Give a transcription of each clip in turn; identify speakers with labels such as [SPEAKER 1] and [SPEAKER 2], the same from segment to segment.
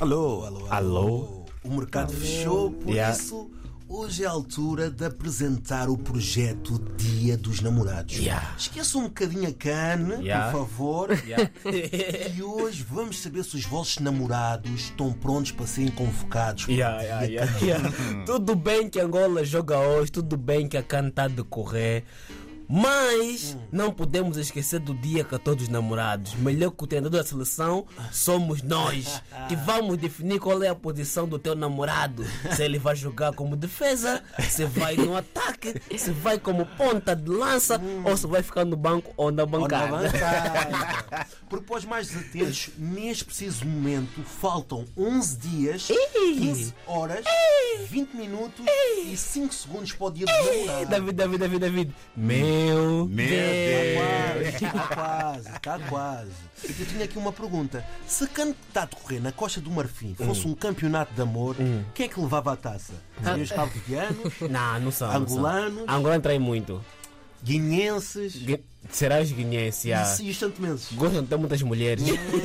[SPEAKER 1] Alô, alô, alô.
[SPEAKER 2] Alô?
[SPEAKER 1] O mercado fechou, por
[SPEAKER 2] Yeah.
[SPEAKER 1] isso hoje é a altura de apresentar o projeto Dia dos Namorados.
[SPEAKER 2] Yeah.
[SPEAKER 1] Esqueça um bocadinho a cana,
[SPEAKER 2] Yeah.
[SPEAKER 1] por favor. E hoje vamos saber se os vossos namorados estão prontos para serem convocados.
[SPEAKER 2] Yeah, yeah, yeah, yeah. Tudo bem que Angola joga hoje, tudo bem que a CAN está a decorrer, mas não podemos esquecer do dia 14 dos namorados. Melhor que o treinador da seleção somos nós, que vamos definir qual é a posição do teu namorado. Se ele vai jogar como defesa, se vai no ataque, se vai como ponta de lança, ou se vai ficar no banco ou na
[SPEAKER 1] Ora,
[SPEAKER 2] bancada.
[SPEAKER 1] bancada. Porque para os mais desatentos, neste preciso momento, faltam 11 dias, 15 horas, 20 minutos e 5 segundos para o dia dos namorados.
[SPEAKER 2] David, David, David, David. Meu,
[SPEAKER 3] Meu
[SPEAKER 2] Deus.
[SPEAKER 1] Está Tá quase, está quase. Eu tinha aqui uma pergunta. Se canto está a decorrer na Costa do Marfim
[SPEAKER 2] Hum.
[SPEAKER 1] fosse um campeonato de amor, quem é que levava a taça?
[SPEAKER 2] Ah.
[SPEAKER 1] Seriam os cabo
[SPEAKER 2] Não, não são. não são.
[SPEAKER 1] Angolanos.
[SPEAKER 2] Angolano trai muito.
[SPEAKER 1] guineenses e,
[SPEAKER 2] Gui- Será os guineenses? já.
[SPEAKER 1] e os santomenses?
[SPEAKER 2] Gostam de ter muitas mulheres.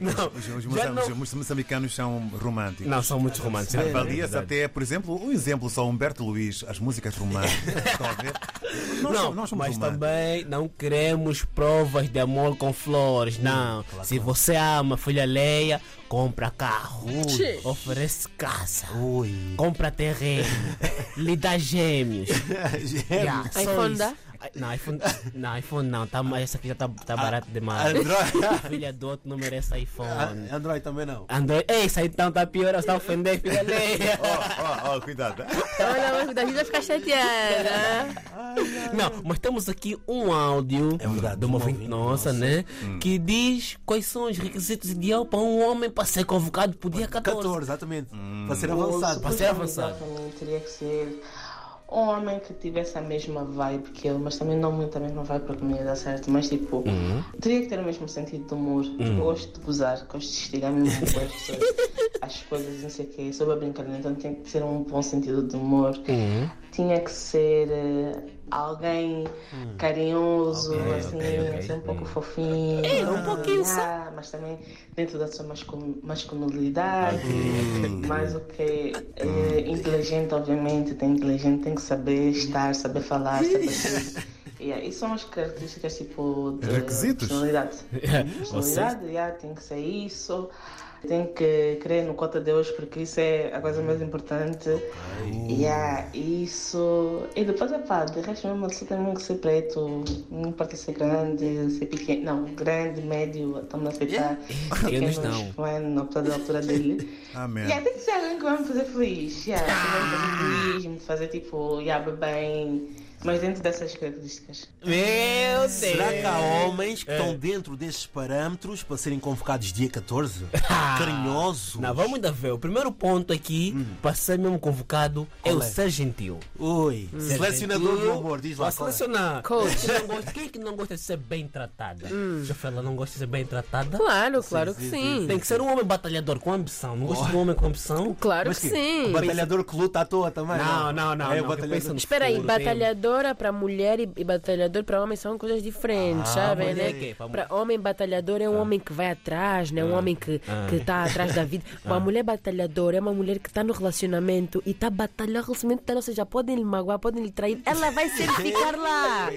[SPEAKER 2] não,
[SPEAKER 3] Os, os
[SPEAKER 2] já
[SPEAKER 3] moçambicanos-
[SPEAKER 2] não,
[SPEAKER 3] os moçambicanos são românticos.
[SPEAKER 2] não, são muitos romances. é verdade,
[SPEAKER 3] Avalia-se
[SPEAKER 2] é verdade.
[SPEAKER 3] até, por exemplo, um exemplo só Humberto Luiz, as músicas românticas. Estão a ver? Nós
[SPEAKER 2] Não,
[SPEAKER 3] somos- nós somos
[SPEAKER 2] mas
[SPEAKER 3] românticos.
[SPEAKER 2] também não queremos provas de amor com flores, não. Se você ama filha alheia, compra carro,
[SPEAKER 1] Tchê.
[SPEAKER 2] oferece casa,
[SPEAKER 1] Oi.
[SPEAKER 2] compra terreno, lhe dá gêmeos.
[SPEAKER 3] É
[SPEAKER 2] Yeah, só
[SPEAKER 4] iPhone
[SPEAKER 2] isso.
[SPEAKER 4] dá?
[SPEAKER 2] Ai, Não, iPhone não, iPhone não tá, mas essa aqui já tá,
[SPEAKER 3] Ah,
[SPEAKER 2] tá barato demais.
[SPEAKER 1] Android.
[SPEAKER 2] Filha do outro não merece
[SPEAKER 1] Ah,
[SPEAKER 2] iPhone.
[SPEAKER 1] Android também não.
[SPEAKER 2] Android, ei, isso aí então tá pior, você tá ofendendo, filha alheia.
[SPEAKER 3] Oh, oh, oh, cuidado.
[SPEAKER 4] Olha, mas o David vai ficar chateada.
[SPEAKER 2] Não, mas temos aqui um áudio
[SPEAKER 1] É verdade,
[SPEAKER 2] de uma
[SPEAKER 1] um
[SPEAKER 2] ouvinte
[SPEAKER 1] ouvinte
[SPEAKER 2] nossa, né?
[SPEAKER 1] Hum.
[SPEAKER 2] Que diz quais são os requisitos ideal para um homem para ser convocado pro dia 14.
[SPEAKER 1] 14, exatamente. Para ser avançado.
[SPEAKER 2] Hum. Para ser avançado.
[SPEAKER 5] Também é, teria que ser um homem que tivesse a mesma vibe que ele, mas também não muito a mesma vibe porque não ia dar certo, mas tipo, teria que ter o mesmo sentido de humor. Tipo, Eu gosto de gozar, gosto de estigar mesmo com as pessoas, as coisas, não sei o quê, sobre a brincadeira, então tinha que ser um bom sentido de humor. Tinha que ser eh, alguém carinhoso, assim, ser um pouco fofinho.
[SPEAKER 2] um pouquinho só.
[SPEAKER 5] Ah, mas também dentro da sua mascul- masculinidade, mais o que é inteligente, obviamente, tem inteligente, tem que saber estar, saber falar, saber tudo. Yeah, isso são as características tipo de
[SPEAKER 3] Requisitos?
[SPEAKER 5] personalidade.
[SPEAKER 2] É. Vocês-
[SPEAKER 5] personalidade, yeah, tem que ser isso, tem que crer no cota de Deus, porque isso é a coisa mais importante. Yeah, isso. E depois é pá, de resto mesmo você tem que ser preto, não importa ser grande, ser pequeno. Não, grande, médio, estamos a aceitar.
[SPEAKER 2] Pequenos não.
[SPEAKER 5] Pequenos, não é na da altura dele.
[SPEAKER 3] Amém.
[SPEAKER 5] Yeah, tem que ser alguém que vai me fazer feliz.
[SPEAKER 2] Ah.
[SPEAKER 5] Yeah, que vai me fazer feliz, me fazer tipo, yeah, bem. Mas dentro dessas características.
[SPEAKER 2] Meu Deus.
[SPEAKER 1] Será que há
[SPEAKER 2] É.
[SPEAKER 1] homens que estão dentro destes parâmetros para serem convocados dia 14? Carinhosos.
[SPEAKER 2] Não, vamos ainda ver. O primeiro ponto aqui, para ser mesmo convocado, é
[SPEAKER 1] Hum.
[SPEAKER 2] o
[SPEAKER 1] Qual é?
[SPEAKER 2] ser gentil.
[SPEAKER 1] Oi.
[SPEAKER 2] Hum.
[SPEAKER 1] Selecionador do amor, diz lá.
[SPEAKER 2] Vai
[SPEAKER 1] qual é?
[SPEAKER 2] selecionar.
[SPEAKER 4] Coach.
[SPEAKER 2] Quem que não gosta- Quem é que não gosta de ser bem tratada?
[SPEAKER 1] Hum.
[SPEAKER 2] Já falei, ela não gosta de ser bem tratada.
[SPEAKER 4] Claro, claro que sim.
[SPEAKER 2] Tem que ser um homem batalhador com ambição. Não gosta de um homem com ambição?
[SPEAKER 4] Claro que
[SPEAKER 1] Mas que-
[SPEAKER 4] sim.
[SPEAKER 1] O batalhador que luta à toa também.
[SPEAKER 2] Não, não, não.
[SPEAKER 1] É
[SPEAKER 2] não,
[SPEAKER 1] o
[SPEAKER 2] que pensa
[SPEAKER 1] batalhador.
[SPEAKER 2] no
[SPEAKER 4] Espera aí,
[SPEAKER 2] futuro, tem-
[SPEAKER 4] batalhadora para mulher e, e batalhador para homem são coisas diferentes, sabem,
[SPEAKER 2] mulher é
[SPEAKER 4] né?
[SPEAKER 2] quê? Pra mu-
[SPEAKER 4] Para homem, batalhador é um homem que vai atrás, né? Um homem que que está atrás da vida. Uma mulher batalhadora é uma mulher que está no relacionamento e está a batalhar o relacionamento dela, ou seja, podem lhe magoar, podem lhe trair. Ela vai sempre ficar lá.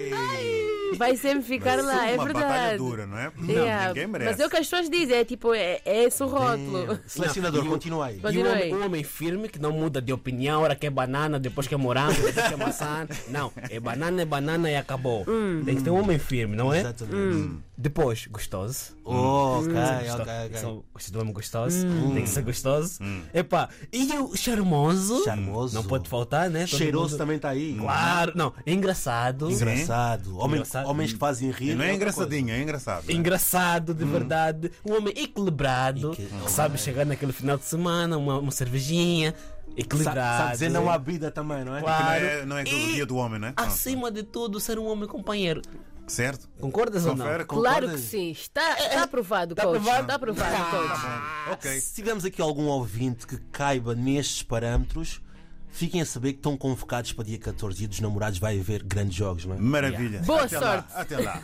[SPEAKER 4] Vai sempre ficar
[SPEAKER 3] Mas
[SPEAKER 4] lá,
[SPEAKER 3] isso
[SPEAKER 4] é
[SPEAKER 3] uma
[SPEAKER 4] verdade.
[SPEAKER 3] batalha dura, não é?
[SPEAKER 4] Yeah,
[SPEAKER 3] ninguém merece.
[SPEAKER 4] Mas é o que as pessoas dizem, é tipo, é, é esse o rótulo.
[SPEAKER 1] Selecionador, continua aí.
[SPEAKER 4] Mas-
[SPEAKER 2] E um
[SPEAKER 4] Continue.
[SPEAKER 2] homem, um homem firme que não muda de opinião, hora que é banana, depois que é morango, depois que é maçã. Não, é banana, é banana e acabou.
[SPEAKER 4] Hum.
[SPEAKER 2] Tem que ter um homem firme, não é?
[SPEAKER 1] Exatamente.
[SPEAKER 2] Depois, gostoso. Hum.
[SPEAKER 1] Oh, ok,
[SPEAKER 2] Gosto-
[SPEAKER 1] ok, ok.
[SPEAKER 2] sou- Gosto de homem gostoso,
[SPEAKER 4] Hum.
[SPEAKER 2] tem que ser gostoso. Epá, e o charmoso?
[SPEAKER 1] Charmoso.
[SPEAKER 2] Não pode faltar, né? Todo
[SPEAKER 1] Cheiroso
[SPEAKER 2] mundo-
[SPEAKER 1] também está aí.
[SPEAKER 2] Claro, não, é engraçado.
[SPEAKER 1] Engraçado. Homem-
[SPEAKER 2] Engraçado.
[SPEAKER 1] Homens que fazem
[SPEAKER 3] E
[SPEAKER 1] rir.
[SPEAKER 3] não é
[SPEAKER 1] outra coisa.
[SPEAKER 3] engraçadinho, é engraçado.
[SPEAKER 2] Engraçado, de verdade. Um homem equilibrado,
[SPEAKER 1] Hum. Equi- é.
[SPEAKER 2] que sabe chegar naquele final de semana, uma, uma cervejinha,
[SPEAKER 1] Sa-
[SPEAKER 2] equilibrado.
[SPEAKER 1] Sabe dizer não à vida também, não é?
[SPEAKER 3] Que
[SPEAKER 2] Claro.
[SPEAKER 3] não é, não é todo
[SPEAKER 2] E-
[SPEAKER 3] dia do homem, né? Ah,
[SPEAKER 2] Acima de tudo, ser um homem companheiro.
[SPEAKER 3] certo?
[SPEAKER 2] Concordas ou não?
[SPEAKER 3] Confere,
[SPEAKER 4] Claro que
[SPEAKER 1] Concordas?
[SPEAKER 4] sim. Está, está aprovado,
[SPEAKER 2] Tá
[SPEAKER 4] coach.
[SPEAKER 2] aprovado? Ah,
[SPEAKER 4] Está
[SPEAKER 1] Ah,
[SPEAKER 4] aprovado, coach.
[SPEAKER 1] tá
[SPEAKER 3] concordo. Ok.
[SPEAKER 1] Se tivermos aqui algum ouvinte que caiba nestes parâmetros, fiquem a saber que estão convocados para dia 14 e dos namorados vai haver grandes jogos, não é?
[SPEAKER 3] Maravilha.
[SPEAKER 4] Boa
[SPEAKER 3] até
[SPEAKER 4] sorte.
[SPEAKER 3] Lá, até lá.